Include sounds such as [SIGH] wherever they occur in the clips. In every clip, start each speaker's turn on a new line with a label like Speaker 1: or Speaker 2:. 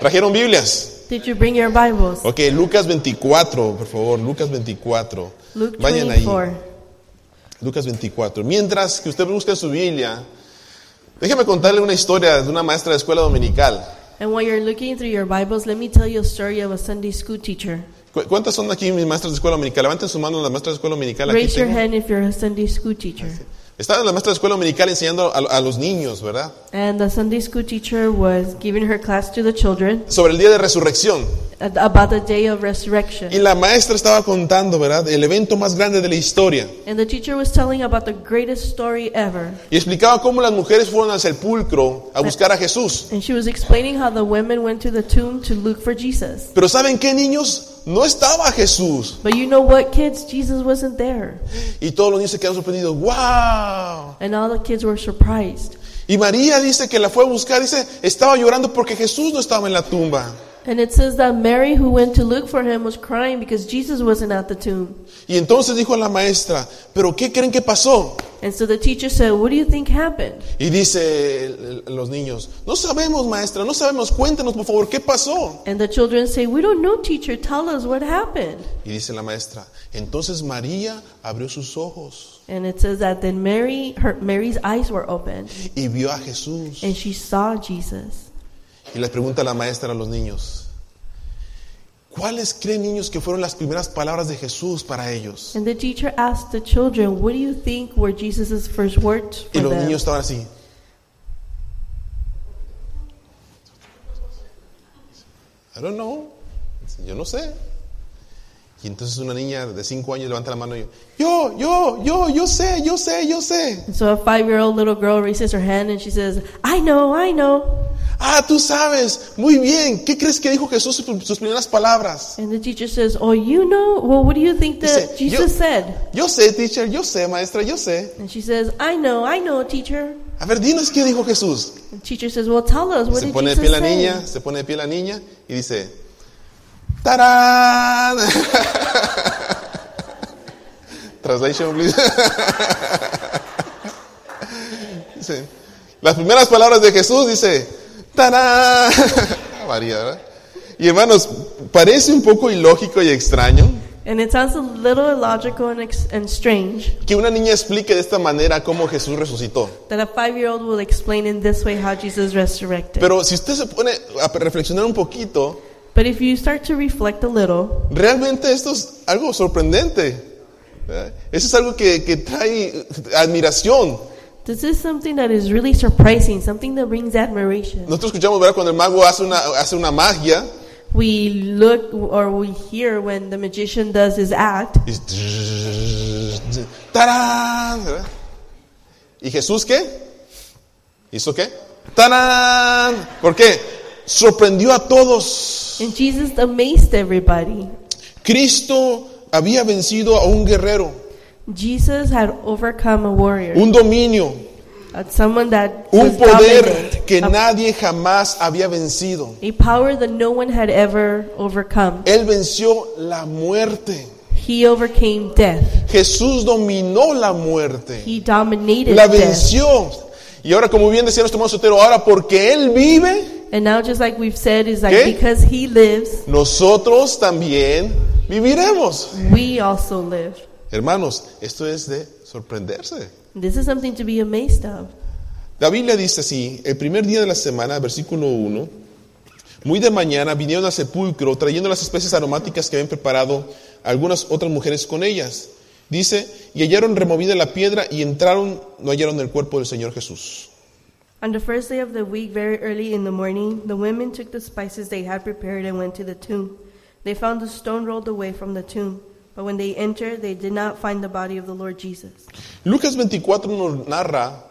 Speaker 1: ¿Trajeron Biblias?
Speaker 2: Did you bring your Bibles?
Speaker 1: Ok, Lucas 24, por favor, Lucas 24.
Speaker 2: Luke
Speaker 1: Vayan ahí.
Speaker 2: 24.
Speaker 1: Lucas 24. Mientras que usted busca su Biblia, déjeme contarle una historia de una maestra de escuela dominical.
Speaker 2: And while you're looking through your Bibles, let me tell you a story of a Sunday school teacher.
Speaker 1: ¿Cu- ¿Cuántas son aquí mis maestras de escuela dominical? Levanten su mano las maestras de escuela dominical. Aquí
Speaker 2: Raise your
Speaker 1: tengo.
Speaker 2: hand if you're a Sunday school teacher.
Speaker 1: Estaban las maestras de escuela dominical enseñando a, a los niños, ¿verdad?
Speaker 2: And the Sunday school teacher was giving her class to the children
Speaker 1: Sobre el día de resurrección.
Speaker 2: at- about the day of
Speaker 1: Y
Speaker 2: resurrection.
Speaker 1: la maestra estaba contando, ¿verdad? El evento más grande de la historia.
Speaker 2: And the teacher was telling about the greatest story ever.
Speaker 1: Y explicaba cómo las mujeres fueron al sepulcro a buscar a Jesús.
Speaker 2: And she was explaining how the women went to the tomb to look for Jesus.
Speaker 1: Pero ¿saben qué, niños? No estaba Jesús.
Speaker 2: But you know what, kids? Jesus wasn't there.
Speaker 1: Y todos los niños se quedaron sorprendidos. ¡Wow!
Speaker 2: And all the kids were surprised.
Speaker 1: Y María dice que la fue a buscar. Dice, estaba llorando porque Jesús no estaba en la tumba.
Speaker 2: And it says that Mary, who went to look for him, was crying because Jesus wasn't at the tomb.
Speaker 1: Y entonces dijo a la maestra, ¿pero qué creen que pasó?
Speaker 2: And so the teacher said, What do you think happened?
Speaker 1: Y dice el- el- los niños, no sabemos, maestra, no sabemos. Cuéntenos, por favor, ¿qué pasó?
Speaker 2: And the children say, We don't know, teacher. Tell us what happened.
Speaker 1: Y dice la maestra, entonces María abrió sus ojos
Speaker 2: And it says that then Mary, her, Mary's eyes were opened
Speaker 1: y vio a Jesús.
Speaker 2: and she saw Jesus.
Speaker 1: Y les pregunta la maestra a los niños, ¿cuáles creen, niños, que fueron las primeras palabras de Jesús para ellos?
Speaker 2: And the teacher asked the children, What do you think were Jesus' first words
Speaker 1: Y
Speaker 2: for
Speaker 1: los
Speaker 2: them?
Speaker 1: niños estaban así. I don't know. Yo no sé. Y entonces una niña de 5 años levanta la mano y yo, yo, yo, yo sé, yo sé, yo sé.
Speaker 2: And so a five year old little girl raises her hand and she says, I know, I know.
Speaker 1: Ah, tú sabes. Muy bien. ¿Qué crees que dijo Jesús sus, sus primeras palabras?
Speaker 2: And the teacher says, Oh, you know? Well, what do you think
Speaker 1: said,
Speaker 2: that Jesus said?
Speaker 1: Yo sé, teacher, yo sé, maestra, yo sé.
Speaker 2: And she says, I know, I know, teacher.
Speaker 1: A ver, dinos qué dijo Jesús.
Speaker 2: And teacher says, Well, tell us, what
Speaker 1: se
Speaker 2: did
Speaker 1: pone de
Speaker 2: Jesus
Speaker 1: pie la
Speaker 2: say?
Speaker 1: niña, se pone de pie la niña y dice, ¡Tarán! [LAUGHS] Translation, please. [LAUGHS] Dice, las primeras palabras de Jesús dice, ¡Tarán! [LAUGHS] María, ¿verdad? Y hermanos, parece un poco ilógico y extraño
Speaker 2: And it sounds a little illogical and, ex- and strange
Speaker 1: que una niña explique de esta manera cómo Jesús resucitó.
Speaker 2: that a five year old will explain in this way how Jesus resurrected.
Speaker 1: Pero si usted se pone a reflexionar un poquito,
Speaker 2: but if you start to reflect a little,
Speaker 1: Realmente esto es algo sorprendente. ¿verdad? Eso es algo que, que trae admiración.
Speaker 2: this is something that is really surprising, something that brings admiration.
Speaker 1: Nosotros escuchamos, ¿verdad? Cuando el mago hace una, hace una magia
Speaker 2: We look or we hear when the magician does his act,
Speaker 1: y, es- ¡Tarán! ¿verdad? ¿Y Jesús qué? ¿Hizo qué? ¡Tarán! ¿Por qué? Sorprendió a todos.
Speaker 2: and Jesus amazed everybody.
Speaker 1: Cristo había vencido a un guerrero,
Speaker 2: Jesus had overcome a warrior,
Speaker 1: un dominio,
Speaker 2: uh, someone that was
Speaker 1: un poder
Speaker 2: dominant,
Speaker 1: que
Speaker 2: a
Speaker 1: nadie jamás había vencido.
Speaker 2: a power that no one had ever overcome.
Speaker 1: Él venció la muerte.
Speaker 2: He overcame death.
Speaker 1: Jesús dominó la muerte.
Speaker 2: He dominated
Speaker 1: La
Speaker 2: death.
Speaker 1: venció. Y ahora, como bien decía nuestro hermano Sotero, ahora porque Él vive,
Speaker 2: And now, just like we've said, is like
Speaker 1: ¿Qué?
Speaker 2: because he lives,
Speaker 1: nosotros también viviremos.
Speaker 2: we also live.
Speaker 1: Hermanos, esto es de sorprenderse.
Speaker 2: This is something to be amazed of.
Speaker 1: La Biblia dice así, el primer día de la semana, versículo 1, muy de mañana vinieron al sepulcro trayendo las especies aromáticas que habían preparado algunas otras mujeres con ellas. Dice, y hallaron removida la piedra y entraron, no hallaron el cuerpo del Señor Jesús.
Speaker 2: On the first day of the week, very early in the morning, the women took the spices they had prepared and went to the tomb. They found the stone rolled away from the tomb, but when they entered, they did not find the body of the Lord Jesus.
Speaker 1: Lucas 24 nos narra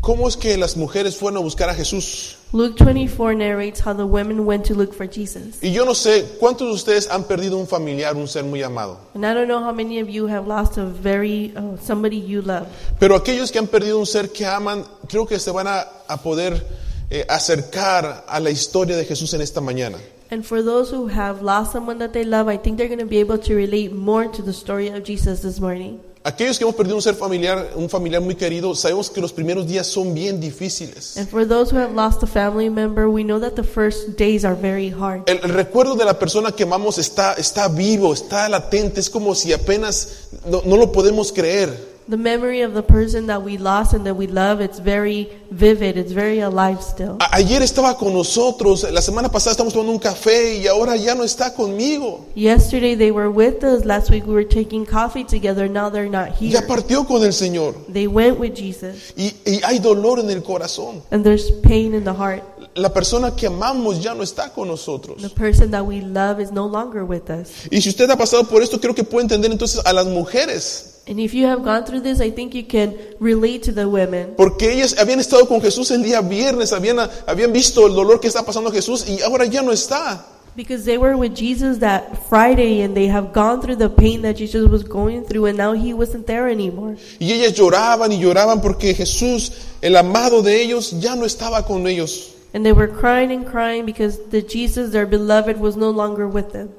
Speaker 1: cómo es que las mujeres fueron a buscar a Jesús.
Speaker 2: Luke 24 narrates how the women went to look for Jesus.
Speaker 1: Y yo no sé cuántos de ustedes han perdido un familiar, un ser muy amado.
Speaker 2: And I don't know how many of you have lost a very uh, somebody you love.
Speaker 1: Pero aquellos que han perdido un ser que aman, creo que se van a, a poder eh, acercar a la historia de Jesús en esta mañana.
Speaker 2: And for those who have lost someone that they love, I think they're going to be able to relate more to the story of Jesus this morning.
Speaker 1: Aquellos que hemos perdido un ser familiar, un familiar muy querido, sabemos que los primeros días son bien difíciles.
Speaker 2: And for those who have lost a family member, we know that the first days are very hard.
Speaker 1: El, el recuerdo de la persona que amamos está, está vivo, está latente, es como si apenas no, no lo podemos creer.
Speaker 2: The memory of the person that we lost and that we love, it's very vivid, it's very alive still.
Speaker 1: A- ayer estaba con nosotros, la semana pasada estamos tomando un café y ahora ya no está conmigo.
Speaker 2: Yesterday they were with us, last week we were taking coffee together, now they're not here.
Speaker 1: Ya partió con el Señor
Speaker 2: They went with Jesus,
Speaker 1: y, y hay dolor en el corazón.
Speaker 2: and there's pain in the heart.
Speaker 1: La persona que amamos ya no está con
Speaker 2: The
Speaker 1: nosotros.
Speaker 2: person that we love is no longer with us.
Speaker 1: Y si usted ha pasado por esto, creo que puede entender entonces a las mujeres.
Speaker 2: And if you have gone through this, I think you can relate to the women.
Speaker 1: Porque ellas habían estado con Jesús el día viernes, habían, habían visto el dolor que está pasando Jesús y ahora ya no está.
Speaker 2: Because they were with Jesus that Friday and they have gone through the pain that Jesus was going through and now he wasn't there anymore.
Speaker 1: Y ellas lloraban y lloraban porque Jesús, el amado de ellos, ya no estaba con ellos.
Speaker 2: And they were crying and crying because the Jesus, their beloved, was no longer with them.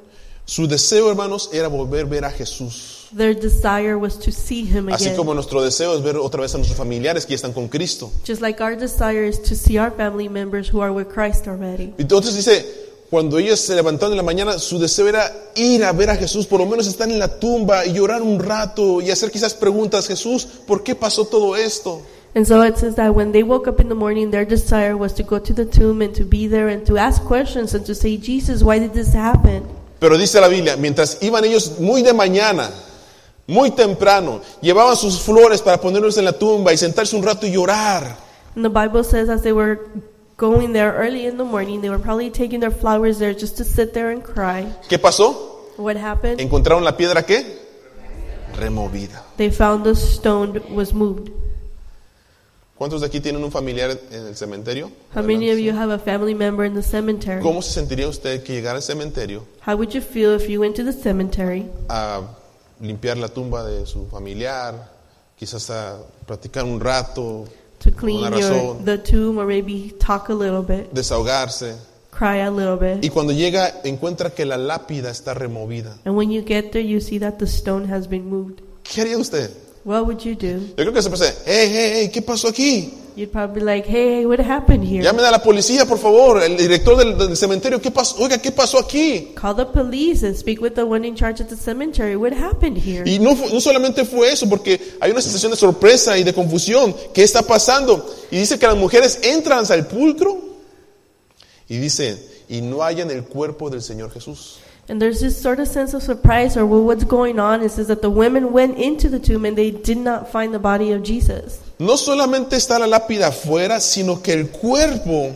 Speaker 1: Su deseo, hermanos, era volver a ver a Jesús.
Speaker 2: Their desire was to see him
Speaker 1: Así
Speaker 2: again.
Speaker 1: como nuestro deseo es ver otra vez a nuestros familiares que ya están con Cristo.
Speaker 2: Just like our desire is to see our family members who are with Christ already.
Speaker 1: Entonces dice, cuando ellas se levantaron en la mañana, su deseo era ir a ver a Jesús, por lo menos estar en la tumba y llorar un rato y hacer quizás preguntas, Jesús, ¿por qué pasó todo esto?
Speaker 2: And so it says that when they woke up in the morning, their desire was to go to the tomb and to be there and to ask questions and to say, Jesus, why did this happen?
Speaker 1: Pero dice la Biblia, mientras iban ellos muy de mañana, muy temprano, llevaban sus flores para ponerlos en la tumba y sentarse un rato y llorar.
Speaker 2: And the Bible says as they were going there early in the morning, they were probably taking their flowers there just to sit there and cry.
Speaker 1: ¿Qué pasó?
Speaker 2: What happened?
Speaker 1: Encontraron la piedra qué? Removida.
Speaker 2: They found the stone was moved.
Speaker 1: ¿Cuántos de aquí tienen un familiar en el cementerio?
Speaker 2: How many of you have a family member in the cemetery?
Speaker 1: ¿Cómo se sentiría usted que llegara al cementerio
Speaker 2: How would you feel if you went to the cemetery
Speaker 1: a limpiar la tumba de su familiar, quizás a platicar un rato,
Speaker 2: to clean
Speaker 1: Una
Speaker 2: your,
Speaker 1: razón.
Speaker 2: the tomb or maybe talk a little bit,
Speaker 1: desahogarse?
Speaker 2: cry a little bit?
Speaker 1: Y cuando llega encuentra que la lápida está removida.
Speaker 2: And when you get there, you see that the stone has been moved.
Speaker 1: ¿Qué haría usted?
Speaker 2: What would you do?
Speaker 1: Yo creo que se pasa, hey, hey, hey, ¿qué pasó aquí?
Speaker 2: You'd probably be like, hey, hey, what happened here?
Speaker 1: Llamen a la policía, por favor, el director del, del cementerio, ¿qué pasó? Oiga, ¿qué pasó aquí?
Speaker 2: Call the police and speak with the one in charge at the cemetery. What happened here?
Speaker 1: Y no, fu- no solamente fue eso, porque hay una sensación de sorpresa y de confusión. ¿Qué está pasando? Y dice que las mujeres entran al pulcro y dicen, y no hallan el cuerpo del Señor Jesús.
Speaker 2: And there's this sort of sense of surprise or well, what's going on. It says that the women went into the tomb and they did not find the body of Jesus.
Speaker 1: No solamente está la lápida afuera, sino que el cuerpo,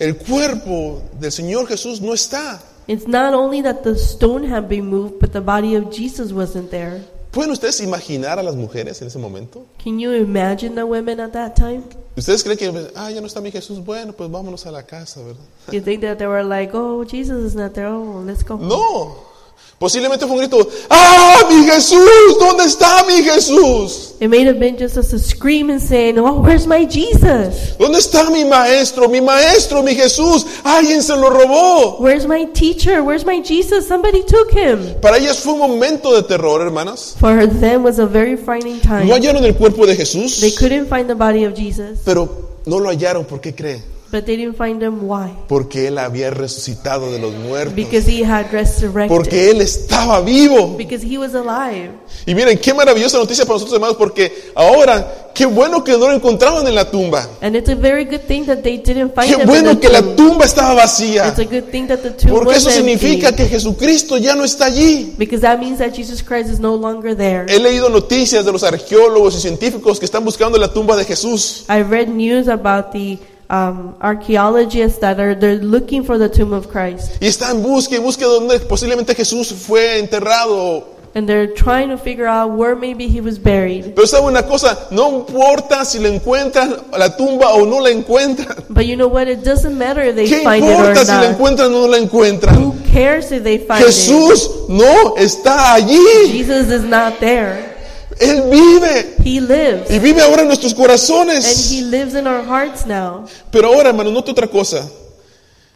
Speaker 1: el cuerpo del Señor Jesús no está.
Speaker 2: It's not only that the stone had been moved, but the body of Jesus wasn't there.
Speaker 1: ¿Pueden ustedes imaginar a las mujeres en ese momento?
Speaker 2: Can you imagine the women at that time?
Speaker 1: ¿Ustedes creen que, ah, ya no está mi Jesús? Bueno, pues vámonos a la casa, ¿verdad?
Speaker 2: Do you think that they were like, oh, Jesus is not there. Oh, let's go. home."
Speaker 1: No. Posiblemente fue un grito, ah, mi Jesús, ¿dónde está mi Jesús?
Speaker 2: It may have been just as a scream and saying, oh, where's my Jesus?
Speaker 1: ¿Dónde está mi maestro? Mi maestro, mi Jesús, alguien se lo robó.
Speaker 2: Where's my teacher? Where's my Jesus? Somebody took him.
Speaker 1: Para ellas fue un momento de terror, hermanas.
Speaker 2: For them was a very frightening time.
Speaker 1: No hallaron el cuerpo de
Speaker 2: They
Speaker 1: Jesús,
Speaker 2: couldn't find the body of Jesus,
Speaker 1: pero no lo hallaron, ¿por qué cree?
Speaker 2: but they didn't find him. Why?
Speaker 1: Porque él había resucitado de los muertos.
Speaker 2: Because he had resurrected.
Speaker 1: Porque él estaba vivo.
Speaker 2: Because he was alive.
Speaker 1: Y miren, qué maravillosa noticia para nosotros, hermanos, porque ahora, qué bueno que no lo encontraron en la tumba.
Speaker 2: And it's a very good thing that they didn't find
Speaker 1: Qué
Speaker 2: him in
Speaker 1: bueno
Speaker 2: the
Speaker 1: que
Speaker 2: tomb.
Speaker 1: la tumba estaba vacía.
Speaker 2: It's a good thing that the tomb
Speaker 1: Porque
Speaker 2: was
Speaker 1: eso significa
Speaker 2: empty.
Speaker 1: que Jesucristo ya no está allí.
Speaker 2: Because that means that Jesus Christ is no longer there.
Speaker 1: He leído noticias de los arqueólogos y científicos que están buscando la tumba de Jesús.
Speaker 2: I read news about the um, archaeologists that are they're looking for the tomb of Christ,
Speaker 1: Y están busque y busque donde posiblemente Jesús fue enterrado.
Speaker 2: and they're trying to figure out where maybe he was buried.
Speaker 1: Pero sabe una cosa, no importa si la encuentran la tumba o no la encuentran.
Speaker 2: But you know what? It doesn't matter if they
Speaker 1: ¿Qué
Speaker 2: find it or
Speaker 1: importa si la
Speaker 2: not.
Speaker 1: encuentran o no la encuentran?
Speaker 2: Who cares if they find it?
Speaker 1: Jesús no está allí.
Speaker 2: Jesus is not there.
Speaker 1: Él vive.
Speaker 2: He lives.
Speaker 1: Y vive ahora en nuestros
Speaker 2: And
Speaker 1: corazones.
Speaker 2: he lives in our hearts now.
Speaker 1: Pero ahora, hermano, nota otra cosa.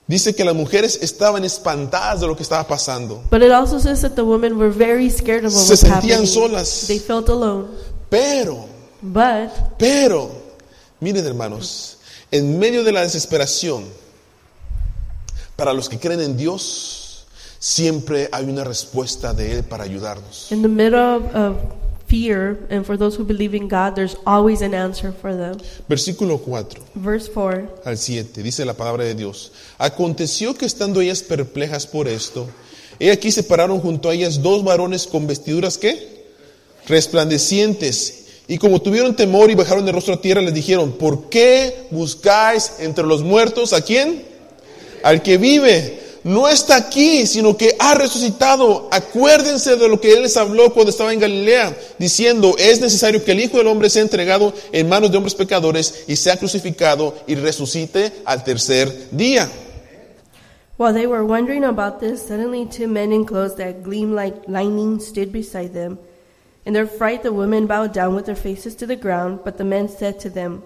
Speaker 1: dice que las mujeres estaban espantadas de lo que estaba pasando,
Speaker 2: But it also says that the women were very scared of what
Speaker 1: Se
Speaker 2: was
Speaker 1: sentían
Speaker 2: happening.
Speaker 1: solas.
Speaker 2: They felt alone.
Speaker 1: pero,
Speaker 2: But
Speaker 1: pero, miren hermanos, en medio de la desesperación, para los que creen en Dios, siempre hay una respuesta de Él para ayudarnos.
Speaker 2: in the middle of, of fear, and for those who believe in God, there's always an answer for them.
Speaker 1: Versículo 4.
Speaker 2: Verse 4
Speaker 1: al 7, dice la palabra de Dios. Aconteció que estando ellas perplejas por esto, he aquí se pararon junto a ellas dos varones con vestiduras que resplandecientes. Y como tuvieron temor y bajaron el rostro a tierra, les dijeron, ¿por qué buscáis entre los muertos a quién? Al que vive. No está aquí, sino que ha resucitado. Acuérdense de lo que él les habló cuando estaba en Galilea, diciendo, es necesario que el Hijo del Hombre sea entregado en manos de hombres pecadores y sea crucificado y resucite al tercer día.
Speaker 2: While they were wondering about this, suddenly two men in clothes that gleamed like lightning stood beside them. In their fright, the women bowed down with their faces to the ground, but the men said to them,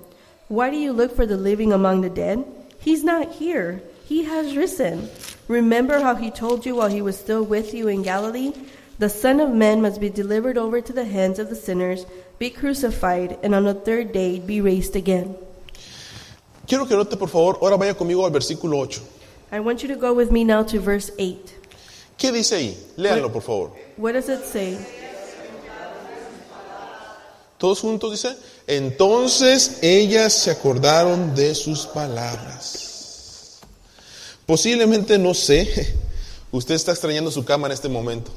Speaker 2: Why do you look for the living among the dead? He's not here. He has risen. Remember how he told you while he was still with you in Galilee? The Son of Man must be delivered over to the hands of the sinners, be crucified, and on the third day be raised again.
Speaker 1: Quiero que note, por favor, ahora vaya conmigo al versículo 8.
Speaker 2: I want you to go with me now to verse 8.
Speaker 1: ¿Qué dice ahí? Léanlo, por favor.
Speaker 2: What does it say?
Speaker 1: Todos juntos dice, entonces ellas se acordaron de sus palabras. Posiblemente, no sé, [LAUGHS] usted está extrañando su cama en este momento.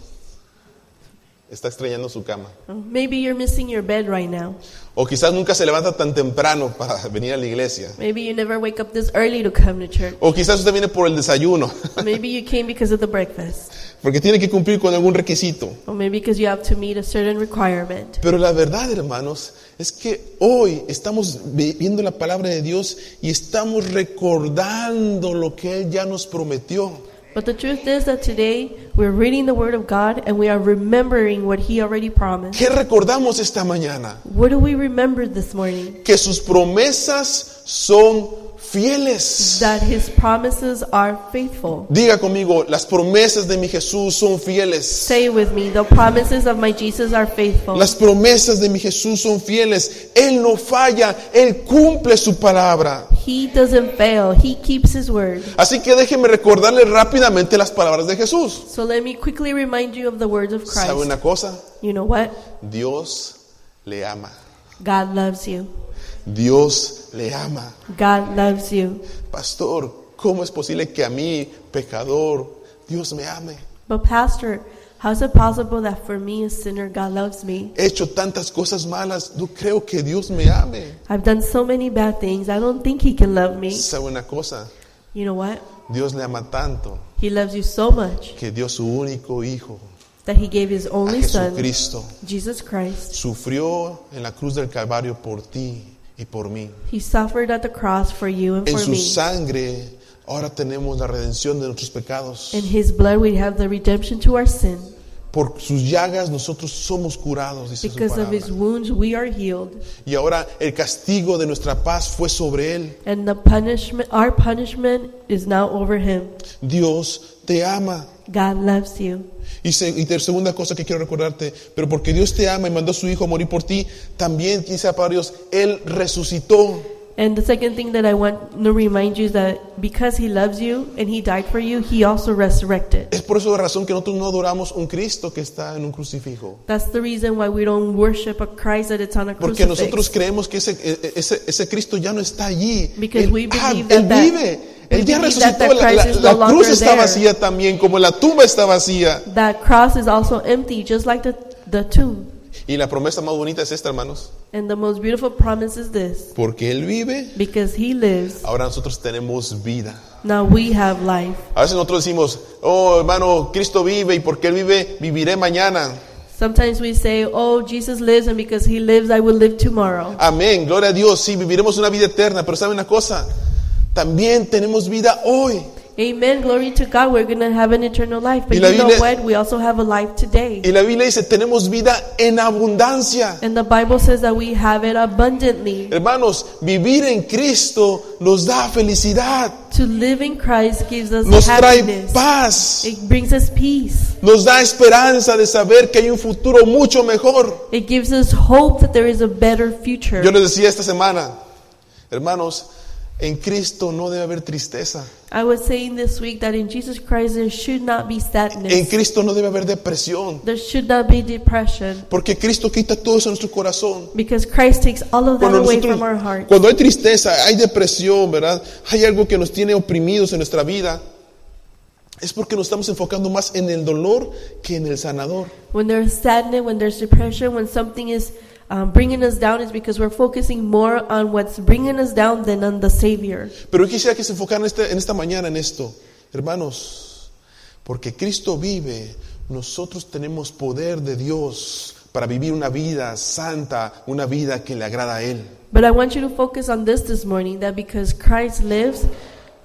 Speaker 1: Está extrañando su cama.
Speaker 2: Maybe you're missing your bed right now.
Speaker 1: O quizás nunca se levanta tan temprano para [LAUGHS] venir a la iglesia.
Speaker 2: Maybe you never wake up this early to come to church.
Speaker 1: O quizás usted viene por el desayuno, [LAUGHS]
Speaker 2: Maybe you came because of the breakfast.
Speaker 1: porque tiene que cumplir con algún requisito.
Speaker 2: Or maybe because you have to meet a certain requirement.
Speaker 1: Pero la verdad, hermanos, es que hoy estamos vi- viendo la palabra de Dios y estamos recordando lo que Él ya nos prometió.
Speaker 2: But the truth is that today we're reading the Word of God and we are remembering what He already promised.
Speaker 1: ¿Qué recordamos esta mañana?
Speaker 2: What do we remember this morning?
Speaker 1: Que sus promesas son fieles.
Speaker 2: That His promises are faithful.
Speaker 1: Diga conmigo, las promesas de mi Jesús son fieles.
Speaker 2: Say it with me the promises of my Jesus are faithful.
Speaker 1: Las promesas de mi Jesús son fieles. Él no falla, Él cumple su palabra.
Speaker 2: He doesn't fail, He keeps His word.
Speaker 1: Así que déjeme recordarle rápidamente las palabras de Jesús.
Speaker 2: So let me quickly remind you of the words of
Speaker 1: ¿Sabe
Speaker 2: Christ.
Speaker 1: una cosa?
Speaker 2: You know what?
Speaker 1: Dios le ama.
Speaker 2: God loves you.
Speaker 1: Dios le ama.
Speaker 2: God loves you.
Speaker 1: Pastor, ¿cómo es posible que a mí, pecador, Dios me ame?
Speaker 2: But, Pastor, how is it possible that for me, a sinner, God loves me?
Speaker 1: He hecho tantas cosas malas, no creo que Dios me ame.
Speaker 2: I've done so many bad things. I don't think He can love me.
Speaker 1: ¿Sabe una cosa?
Speaker 2: You know what?
Speaker 1: Dios le ama tanto
Speaker 2: He loves you so much
Speaker 1: que dio su único hijo,
Speaker 2: that He gave His
Speaker 1: a
Speaker 2: only Son,
Speaker 1: Jesucristo.
Speaker 2: Jesus Christ.
Speaker 1: Sufrió en la cruz del Calvario por ti y por mí.
Speaker 2: He suffered at the cross for you and
Speaker 1: En
Speaker 2: for
Speaker 1: su
Speaker 2: me.
Speaker 1: sangre ahora tenemos la redención de nuestros pecados.
Speaker 2: In His blood, we have the redemption to our sin.
Speaker 1: Por sus llagas nosotros somos curados, dice su
Speaker 2: Because of His
Speaker 1: palabra.
Speaker 2: wounds, we are healed.
Speaker 1: Y ahora el castigo de nuestra paz fue sobre él.
Speaker 2: And the punishment, our punishment is now over Him.
Speaker 1: Dios te ama.
Speaker 2: God loves you.
Speaker 1: Y, se- y ter- segunda cosa que quiero recordarte, pero porque Dios te ama y mandó a su Hijo a morir por ti, también quizá para Dios, Él resucitó.
Speaker 2: And the second thing that I want to remind you is that because he loves you and he died for you, he also resurrected.
Speaker 1: Es por eso la razón que nosotros no adoramos un Cristo que está en un crucifijo.
Speaker 2: That's the reason why we don't worship a Christ that it's on a
Speaker 1: Porque nosotros
Speaker 2: crucifix.
Speaker 1: creemos que ese, e- ese, ese Cristo ya no está allí.
Speaker 2: Because
Speaker 1: él,
Speaker 2: we
Speaker 1: ah,
Speaker 2: believe
Speaker 1: él
Speaker 2: that that-
Speaker 1: vive.
Speaker 2: we
Speaker 1: Él ya
Speaker 2: believe
Speaker 1: resucitó.
Speaker 2: that that
Speaker 1: La, la-
Speaker 2: Christ is
Speaker 1: la
Speaker 2: no longer
Speaker 1: cruz está
Speaker 2: there.
Speaker 1: vacía también, como la tumba está vacía.
Speaker 2: That cross is also empty, just like the, the tomb.
Speaker 1: Y la promesa más bonita es esta, hermanos.
Speaker 2: And the most beautiful promise is this
Speaker 1: Porque Él vive,
Speaker 2: because he lives,
Speaker 1: ahora nosotros tenemos vida.
Speaker 2: now we have life.
Speaker 1: A veces nosotros decimos, oh hermano, Cristo vive y porque Él vive, viviré mañana.
Speaker 2: Sometimes we say, Oh, Jesus lives, and because he lives, I will live tomorrow.
Speaker 1: Amén, gloria a Dios, sí, viviremos una vida eterna, pero ¿saben una cosa? También tenemos vida hoy.
Speaker 2: Amen. Glory to God. We're going to have an eternal life. But
Speaker 1: Y
Speaker 2: you
Speaker 1: la
Speaker 2: know
Speaker 1: Biblia-
Speaker 2: what? We also have a life today.
Speaker 1: Y la Biblia dice, tenemos vida en abundancia.
Speaker 2: And the Bible says that we have it abundantly.
Speaker 1: Hermanos, vivir en Cristo nos da felicidad,
Speaker 2: To live in Christ gives us
Speaker 1: nos trae
Speaker 2: happiness.
Speaker 1: paz,
Speaker 2: It brings us peace.
Speaker 1: nos da esperanza de saber que hay un futuro mucho mejor.
Speaker 2: It gives us hope that there is a better future.
Speaker 1: Yo les decía esta semana, hermanos, en Cristo no debe haber tristeza,
Speaker 2: I was saying this week that in Jesus Christ there should not be
Speaker 1: en
Speaker 2: sadness.
Speaker 1: Cristo no debe haber depresión,
Speaker 2: There should not be depression.
Speaker 1: porque Cristo quita todo eso de nuestro corazón.
Speaker 2: Because Christ takes all of that
Speaker 1: Cuando,
Speaker 2: away
Speaker 1: nosotros-
Speaker 2: from our heart.
Speaker 1: cuando hay tristeza, hay depresión, ¿verdad? Hay algo que nos tiene oprimidos en nuestra vida. Es porque nos estamos enfocando más en el dolor que en el sanador.
Speaker 2: When there's sadness, when there's depression, when something is um, bringing us down, it's because we're focusing more on what's bringing us down than on the Savior.
Speaker 1: Pero yo quisiera que se enfocaran este- en esta mañana en esto. Hermanos, porque Cristo vive, nosotros tenemos poder de Dios para vivir una vida santa, una vida que le agrada a Él.
Speaker 2: But I want you to focus on this this morning that because Christ lives,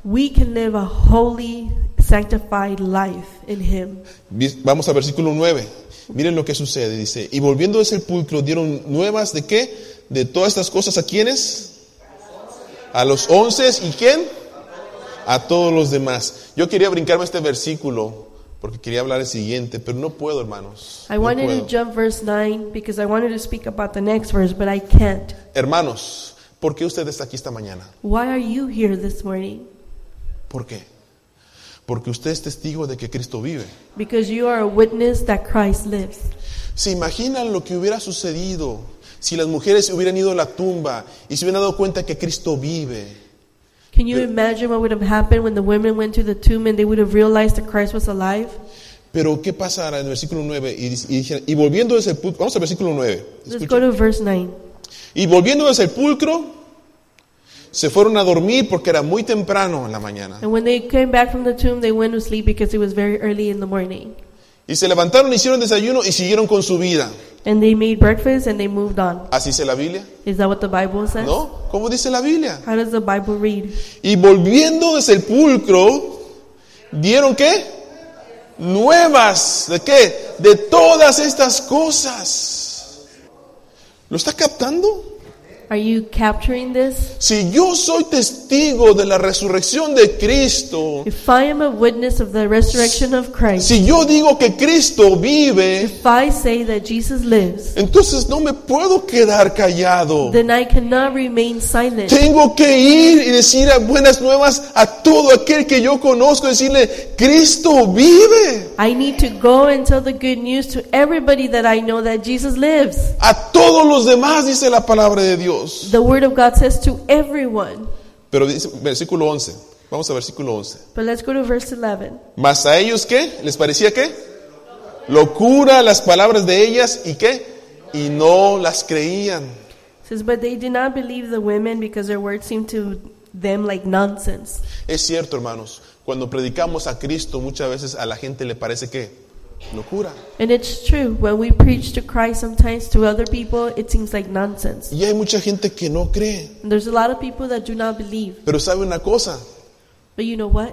Speaker 2: we can live a holy, sanctified life in Him.
Speaker 1: Vi- Vamos al versículo 9. Miren lo que sucede. Dice, y volviendo del sepulcro dieron nuevas de qué? De todas estas cosas a quiénes? A los once. ¿Y quién? A todos los demás. Yo quería brincarme este versículo porque quería hablar el siguiente, pero no puedo, hermanos.
Speaker 2: I
Speaker 1: No
Speaker 2: wanted
Speaker 1: puedo.
Speaker 2: to jump verse 9 because I wanted to speak about the next verse, but I can't.
Speaker 1: Hermanos, ¿por qué usted está aquí esta mañana?
Speaker 2: Why are you here this morning?
Speaker 1: ¿Por qué? Porque usted es testigo de que Cristo vive.
Speaker 2: Because you are a witness that Christ lives.
Speaker 1: ¿Se imaginan lo que hubiera sucedido si las mujeres hubieran ido a la tumba y se hubieran dado cuenta que Cristo vive?
Speaker 2: Can you imagine what would have happened when the women went to the tomb and they would have realized that Christ was alive?
Speaker 1: Pero ¿qué pasará en el versículo 9? Y, dice- y dijeron- y volviendo del sepulcro, vamos al versículo 9.
Speaker 2: Let's go to verse 9.
Speaker 1: Y volviendo del sepulcro, se fueron a dormir porque era muy temprano en la mañana.
Speaker 2: And when they came back from the tomb, they went to sleep because it was very early in the morning.
Speaker 1: Y se levantaron, hicieron desayuno y siguieron con su vida.
Speaker 2: And they made breakfast and they moved on.
Speaker 1: ¿Así dice la Biblia?
Speaker 2: Is that what the Bible says?
Speaker 1: ¿No? ¿Cómo dice la Biblia?
Speaker 2: How does the Bible read?
Speaker 1: Y volviendo del sepulcro, dieron qué? Nuevas. ¿De qué? De todas estas cosas. ¿Lo está captando?
Speaker 2: Are you capturing this?
Speaker 1: Si yo soy testigo de la resurrección de Cristo,
Speaker 2: If I am a witness of the resurrection of Christ,
Speaker 1: si yo digo que Cristo vive,
Speaker 2: if I say that Jesus lives,
Speaker 1: entonces no me puedo quedar callado.
Speaker 2: then I cannot remain silent.
Speaker 1: Tengo que ir y decir a buenas nuevas a todo aquel que yo conozco, decirle, Cristo vive.
Speaker 2: I need to go and tell the good news to everybody that I know that Jesus lives.
Speaker 1: A todos los demás, dice la palabra de Dios.
Speaker 2: The word of God says to everyone.
Speaker 1: Pero dice, versículo 11. Vamos a versículo 11.
Speaker 2: But let's go to verse 11.
Speaker 1: Mas a ellos, ¿qué? ¿Les parecía qué? Locura las palabras de ellas y qué? Y no las creían.
Speaker 2: It says, But they did not believe the women because their words seemed to them like nonsense.
Speaker 1: Es cierto, hermanos. Cuando predicamos a Cristo, muchas veces a la gente le parece que locura.
Speaker 2: And it's true. When we preach to Christ, sometimes to other people, it seems like nonsense.
Speaker 1: Y hay mucha gente que no cree.
Speaker 2: And there's a lot of people that do not believe.
Speaker 1: Pero sabe una cosa,
Speaker 2: But you know what?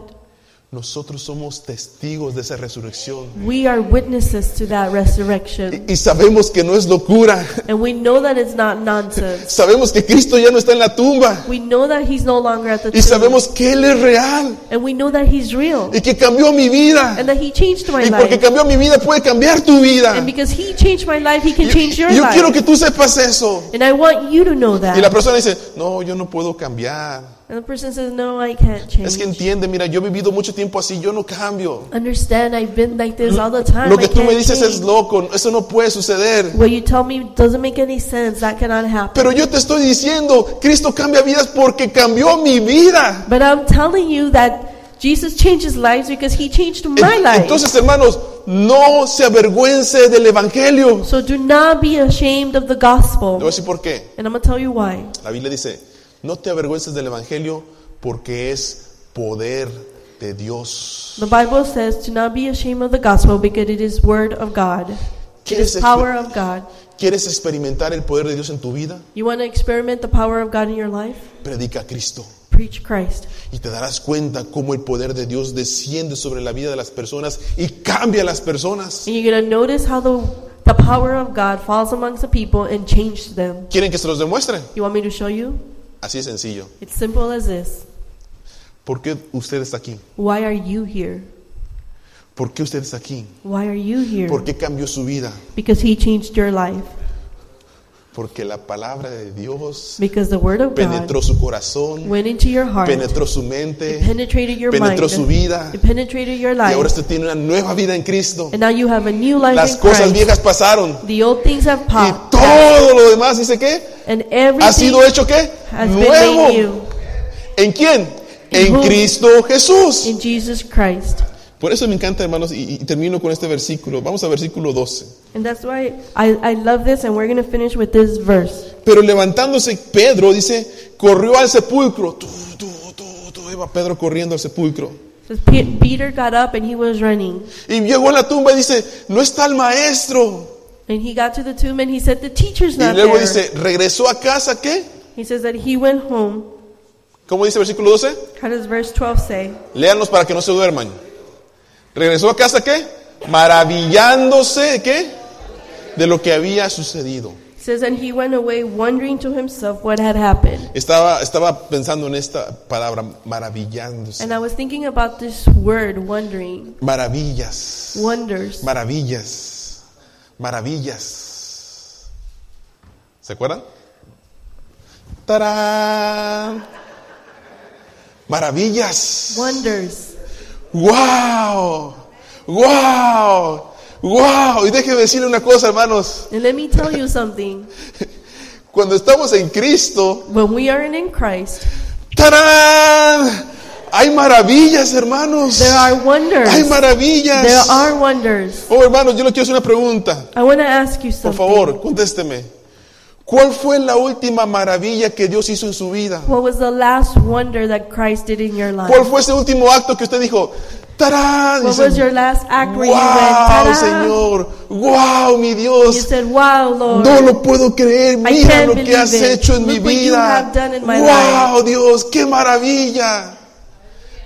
Speaker 1: nosotros somos testigos de esa resurrección.
Speaker 2: We are witnesses to that resurrection.
Speaker 1: Y sabemos que no es locura. [LAUGHS]
Speaker 2: And we know that it's not nonsense.
Speaker 1: Sabemos que Cristo ya no está en la tumba.
Speaker 2: We know that He's no longer at the
Speaker 1: Y
Speaker 2: tomb.
Speaker 1: sabemos que Él es real.
Speaker 2: And we know that He's real.
Speaker 1: y que cambió mi vida.
Speaker 2: And that He changed my
Speaker 1: Y porque
Speaker 2: life.
Speaker 1: cambió mi vida puede cambiar tu vida.
Speaker 2: And because He changed my life, He can
Speaker 1: Y-
Speaker 2: change your
Speaker 1: y yo quiero
Speaker 2: life.
Speaker 1: que tú sepas eso.
Speaker 2: And I want you to know
Speaker 1: Y la
Speaker 2: that.
Speaker 1: persona dice, no, yo no puedo cambiar.
Speaker 2: And the person says, No, I can't change.
Speaker 1: Es que entiende, mira, yo he vivido mucho tiempo así, yo no cambio.
Speaker 2: Understand, I've been like this all the time.
Speaker 1: Lo que
Speaker 2: Ah, I
Speaker 1: tú me
Speaker 2: can't
Speaker 1: dices es
Speaker 2: change.
Speaker 1: loco, eso no puede suceder.
Speaker 2: What you tell me doesn't make any sense. That cannot happen.
Speaker 1: Pero yo te estoy diciendo, Cristo cambia vidas porque cambió mi vida.
Speaker 2: But I'm telling you that Jesus changes lives because he changed my
Speaker 1: En-
Speaker 2: life.
Speaker 1: Entonces, hermanos, no se avergüence del Evangelio. Te
Speaker 2: so do not be ashamed of the gospel.
Speaker 1: voy a decir por qué.
Speaker 2: And I'm going to tell you why.
Speaker 1: La Biblia dice, no te avergüences del Evangelio porque es poder de Dios.
Speaker 2: The Bible says to not be ashamed of the gospel because it is word of God. It
Speaker 1: ¿Quieres,
Speaker 2: is
Speaker 1: exper-
Speaker 2: power of God.
Speaker 1: quieres experimentar el poder de Dios en tu vida?
Speaker 2: You want to experiment the power of God in your life?
Speaker 1: Predica a Cristo.
Speaker 2: preach Christ.
Speaker 1: Y te darás cuenta cómo el poder de Dios desciende sobre la vida de las personas y cambia a las personas.
Speaker 2: And you're going to notice how the, the power of God falls amongst the people and changes them.
Speaker 1: ¿Quieren que se los demuestre?
Speaker 2: You want me to show you?
Speaker 1: Así de sencillo.
Speaker 2: It's simple as this.
Speaker 1: ¿Por qué usted está aquí?
Speaker 2: Why are you here?
Speaker 1: ¿Por qué usted está aquí?
Speaker 2: Why are you here?
Speaker 1: ¿Por qué cambió su vida?
Speaker 2: Because he changed your life.
Speaker 1: Porque la palabra de Dios
Speaker 2: Because the word of
Speaker 1: penetró
Speaker 2: God
Speaker 1: su corazón,
Speaker 2: went into your heart,
Speaker 1: penetró su mente,
Speaker 2: penetrated your mind,
Speaker 1: penetró su
Speaker 2: it
Speaker 1: vida.
Speaker 2: penetrated your
Speaker 1: Y ahora
Speaker 2: life,
Speaker 1: usted tiene una nueva vida en Cristo.
Speaker 2: and now you have a new life
Speaker 1: Las
Speaker 2: in
Speaker 1: cosas
Speaker 2: Christ.
Speaker 1: viejas pasaron.
Speaker 2: The old things have
Speaker 1: Y
Speaker 2: popped,
Speaker 1: todo lo demás, dice que,
Speaker 2: and
Speaker 1: ha
Speaker 2: everything
Speaker 1: sido hecho que,
Speaker 2: has been made
Speaker 1: nuevo.
Speaker 2: new
Speaker 1: ¿En quién?
Speaker 2: In
Speaker 1: En
Speaker 2: whom?
Speaker 1: Cristo Jesús.
Speaker 2: in Jesus Christ.
Speaker 1: Por eso me encanta, hermanos, y, y termino con este versículo. Vamos al versículo 12.
Speaker 2: And that's why I, I love this, and we're going to finish with this verse.
Speaker 1: Pero levantándose Pedro, dice, corrió al sepulcro. Tú, tú, tú, tú, iba Pedro corriendo al sepulcro.
Speaker 2: It says, "Pe- Peter got up and he was running.
Speaker 1: Y llegó a la tumba y dice, no está el maestro.
Speaker 2: And he got to the tomb and he said, The teacher's
Speaker 1: Y
Speaker 2: not
Speaker 1: luego
Speaker 2: there.
Speaker 1: dice, regresó a casa, ¿qué?
Speaker 2: he says that he went home.
Speaker 1: ¿Cómo dice el versículo 12?
Speaker 2: How does verse 12 say?
Speaker 1: Léanos para que no se duerman. Regresó a casa, ¿qué? Maravillándose, ¿qué? De lo que había sucedido.
Speaker 2: It says, And he went away wondering to himself what had happened.
Speaker 1: Estaba, estaba pensando en esta palabra, maravillándose.
Speaker 2: And I was thinking about this word, wondering,
Speaker 1: Maravillas,
Speaker 2: wonders.
Speaker 1: maravillas, maravillas. ¿Se acuerdan? ¡Tarán! Maravillas.
Speaker 2: Wonders.
Speaker 1: ¡Wow! ¡Wow! ¡Wow! Y déjenme decirle una cosa, hermanos.
Speaker 2: And let me tell you something.
Speaker 1: Cuando estamos en Cristo,
Speaker 2: When we are in Christ,
Speaker 1: ¡tarán! Hay maravillas, hermanos.
Speaker 2: there are wonders.
Speaker 1: Hay maravillas.
Speaker 2: There are wonders.
Speaker 1: Oh, hermanos, yo le quiero hacer una pregunta.
Speaker 2: I want to ask you
Speaker 1: Por
Speaker 2: something.
Speaker 1: favor, contésteme. ¿Cuál fue la última maravilla que Dios hizo en su vida?
Speaker 2: What was the last wonder that Christ did in your life?
Speaker 1: ¿Cuál fue ese último acto que usted dijo? ¡Tarán!
Speaker 2: What was your last act where you went,
Speaker 1: ¡Wow,
Speaker 2: "Ta-da!"
Speaker 1: Señor! ¡Wow, mi
Speaker 2: You
Speaker 1: Dios!
Speaker 2: said, Wow, Lord.
Speaker 1: No lo puedo creer,
Speaker 2: I
Speaker 1: mira
Speaker 2: can't
Speaker 1: lo que
Speaker 2: believe
Speaker 1: has
Speaker 2: it.
Speaker 1: hecho en
Speaker 2: Look
Speaker 1: mi
Speaker 2: what you
Speaker 1: vida.
Speaker 2: have done in my
Speaker 1: Wow, Dios, qué maravilla.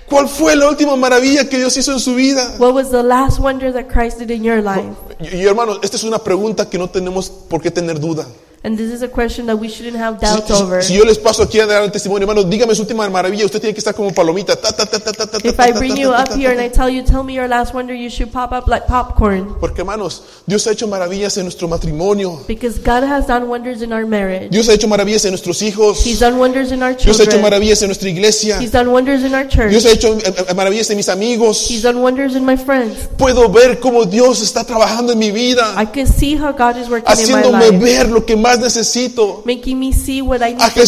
Speaker 1: ¿Cuál fue la última maravilla que Dios hizo en su vida?
Speaker 2: What was the last wonder that Christ did in your life?
Speaker 1: Y, y, hermanos, esta es una pregunta que no tenemos por qué tener duda.
Speaker 2: And this is a question that we shouldn't have
Speaker 1: Si,
Speaker 2: doubts
Speaker 1: si-
Speaker 2: over.
Speaker 1: si yo les paso aquí a dar el testimonio, hermanos, dígame su última maravilla. Usted tiene que estar como palomita. Ta, ta, ta, ta, ta, ta, ta,
Speaker 2: If
Speaker 1: ta,
Speaker 2: I
Speaker 1: ta,
Speaker 2: bring
Speaker 1: ta,
Speaker 2: you
Speaker 1: ta,
Speaker 2: up
Speaker 1: ta,
Speaker 2: here
Speaker 1: ta,
Speaker 2: and I tell you, tell me your last wonder, you should pop up like popcorn.
Speaker 1: Porque, hermanos, Dios ha hecho maravillas en nuestro matrimonio.
Speaker 2: Because God has done wonders in our marriage.
Speaker 1: Dios ha hecho maravillas en nuestros hijos.
Speaker 2: He's done wonders in our
Speaker 1: Dios ha hecho
Speaker 2: children.
Speaker 1: maravillas en nuestra iglesia.
Speaker 2: He's done wonders in our
Speaker 1: Dios
Speaker 2: church.
Speaker 1: ha hecho eh, eh, maravillas en mis amigos.
Speaker 2: He's done wonders in my friends.
Speaker 1: Puedo ver cómo Dios está trabajando en mi vida,
Speaker 2: I can see how God is working in my
Speaker 1: haciéndome
Speaker 2: life,
Speaker 1: ver lo que más necesito
Speaker 2: making me see what I need
Speaker 1: a
Speaker 2: the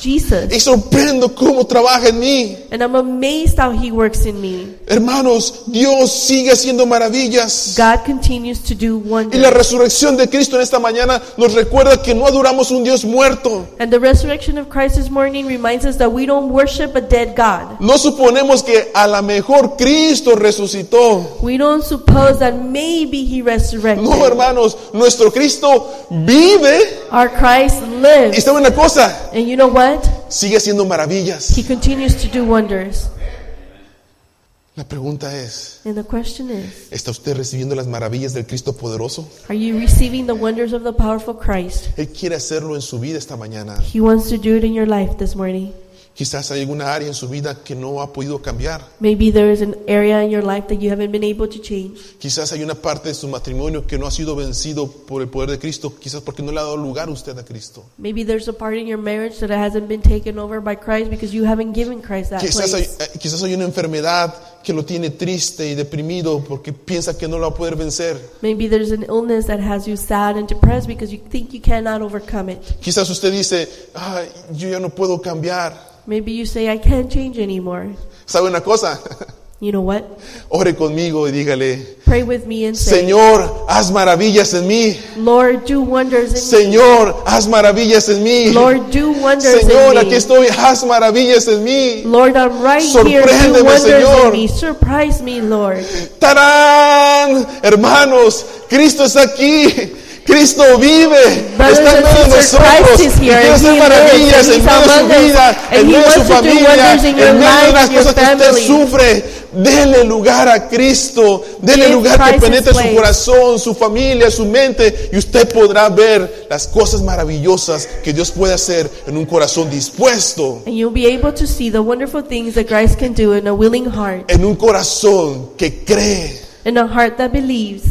Speaker 1: Jesús.
Speaker 2: Jesus.
Speaker 1: Y sorprendo cómo trabaja en mí.
Speaker 2: And I'm amazed how He works in me.
Speaker 1: Hermanos, Dios sigue haciendo maravillas.
Speaker 2: God continues to do
Speaker 1: Y la
Speaker 2: wonders.
Speaker 1: resurrección de Cristo en esta mañana nos recuerda que no adoramos un Dios muerto.
Speaker 2: And the resurrection of Christ this morning reminds us that we don't worship a dead God.
Speaker 1: No suponemos que a lo mejor Cristo resucitó.
Speaker 2: We don't suppose that maybe he resurrected.
Speaker 1: No, hermanos, nuestro Cristo vive.
Speaker 2: Our Christ
Speaker 1: Y
Speaker 2: lives.
Speaker 1: saben una cosa,
Speaker 2: And you know what?
Speaker 1: sigue haciendo maravillas.
Speaker 2: He continues to do wonders.
Speaker 1: La pregunta es,
Speaker 2: And the question is,
Speaker 1: ¿Está usted recibiendo las maravillas del Cristo poderoso?
Speaker 2: are you receiving the wonders of the powerful Christ?
Speaker 1: Él quiere hacerlo en su vida esta mañana.
Speaker 2: He wants to do it in your life this morning.
Speaker 1: Quizás hay alguna área en su vida que no ha podido cambiar.
Speaker 2: Maybe there is an area in your life that you haven't been able to change.
Speaker 1: Quizás hay una parte de su matrimonio que no ha sido vencido por el poder de Cristo. Quizás porque no le ha dado lugar a usted a Cristo.
Speaker 2: Maybe there's a part in your marriage that hasn't been taken over by Christ because you haven't given Christ that
Speaker 1: Quizás hay,
Speaker 2: place.
Speaker 1: eh, quizás hay una enfermedad que lo tiene triste y deprimido porque piensa que no lo va a poder vencer.
Speaker 2: Maybe there's an illness that has you sad and depressed because you think you cannot overcome it.
Speaker 1: Quizás usted dice, Ay, yo ya no puedo cambiar.
Speaker 2: Maybe you say, I can't change anymore.
Speaker 1: ¿Sabe una cosa? [LAUGHS]
Speaker 2: You know what?
Speaker 1: Ore conmigo y dígale,
Speaker 2: Pray with me and say,
Speaker 1: Señor, haz maravillas en mí.
Speaker 2: Lord, do wonders in
Speaker 1: Señor, haz maravillas en mí.
Speaker 2: me. Lord, do wonders
Speaker 1: Señor,
Speaker 2: in
Speaker 1: aquí
Speaker 2: me.
Speaker 1: estoy, haz maravillas en mí.
Speaker 2: Lord, I'm right here.
Speaker 1: Sorpréndeme,
Speaker 2: Do wonders
Speaker 1: Señor.
Speaker 2: in me. Surprise me, Lord.
Speaker 1: ¡Tarán! Hermanos, Cristo está aquí. Cristo vive,
Speaker 2: Brothers
Speaker 1: está en medio
Speaker 2: and
Speaker 1: de
Speaker 2: sisters,
Speaker 1: nosotros,
Speaker 2: Christ
Speaker 1: y
Speaker 2: is here,
Speaker 1: quiere
Speaker 2: and
Speaker 1: hacer
Speaker 2: he
Speaker 1: maravillas
Speaker 2: lives, and
Speaker 1: en medio
Speaker 2: he's
Speaker 1: de su
Speaker 2: among us,
Speaker 1: vida,
Speaker 2: and
Speaker 1: en
Speaker 2: he
Speaker 1: medio de su
Speaker 2: wants to do
Speaker 1: familia,
Speaker 2: wonders in
Speaker 1: en
Speaker 2: your
Speaker 1: medio de
Speaker 2: life,
Speaker 1: las
Speaker 2: in your
Speaker 1: cosas que usted
Speaker 2: family.
Speaker 1: sufre. Dele lugar a Cristo, dele
Speaker 2: Give
Speaker 1: lugar que
Speaker 2: Christ
Speaker 1: penetre
Speaker 2: his
Speaker 1: su
Speaker 2: place.
Speaker 1: corazón, su familia, su mente, y usted podrá ver las cosas maravillosas que Dios puede hacer en un corazón dispuesto,
Speaker 2: And you'll be able to see the wonderful things that Christ can do in a willing heart,
Speaker 1: en un corazón que cree.
Speaker 2: in a heart that believes,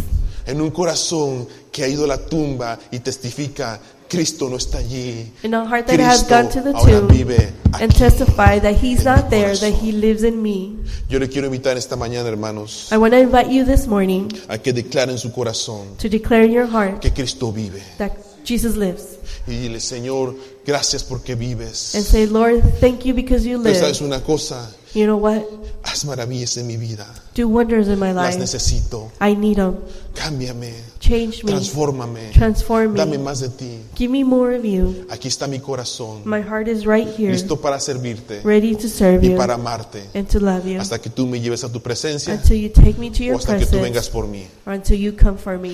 Speaker 1: en un corazón que ha ido a la tumba y testifica, Cristo no está allí.
Speaker 2: in a heart that has
Speaker 1: Cristo
Speaker 2: gone to the
Speaker 1: ahora
Speaker 2: tomb,
Speaker 1: vive
Speaker 2: and
Speaker 1: aquí.
Speaker 2: testify that He's not there,
Speaker 1: corazón.
Speaker 2: that He lives in me.
Speaker 1: Yo le quiero invitar esta mañana, hermanos,
Speaker 2: I want to invite you this morning
Speaker 1: a que declaren su corazón
Speaker 2: to declare in your heart
Speaker 1: que Cristo vive.
Speaker 2: that Jesus lives
Speaker 1: Y dile, Señor, gracias porque vives.
Speaker 2: and say, Lord, thank you because you
Speaker 1: Pero sabes
Speaker 2: live.
Speaker 1: una cosa,
Speaker 2: You know what?
Speaker 1: haz maravillas en mi vida.
Speaker 2: Do wonders in my
Speaker 1: Las
Speaker 2: life.
Speaker 1: necesito.
Speaker 2: I need them.
Speaker 1: Cámbiame.
Speaker 2: Change me.
Speaker 1: Transfórmame.
Speaker 2: Transform
Speaker 1: Dame
Speaker 2: me.
Speaker 1: más de ti.
Speaker 2: Give me more of you.
Speaker 1: Aquí está mi corazón.
Speaker 2: My heart is right here,
Speaker 1: Listo para servirte
Speaker 2: ready to serve
Speaker 1: y
Speaker 2: you
Speaker 1: para amarte.
Speaker 2: and to love you
Speaker 1: Hasta que tú me lleves a tu presencia.
Speaker 2: until you take me to
Speaker 1: o
Speaker 2: your
Speaker 1: hasta que tú
Speaker 2: presence
Speaker 1: vengas por mí.
Speaker 2: or until you come for me.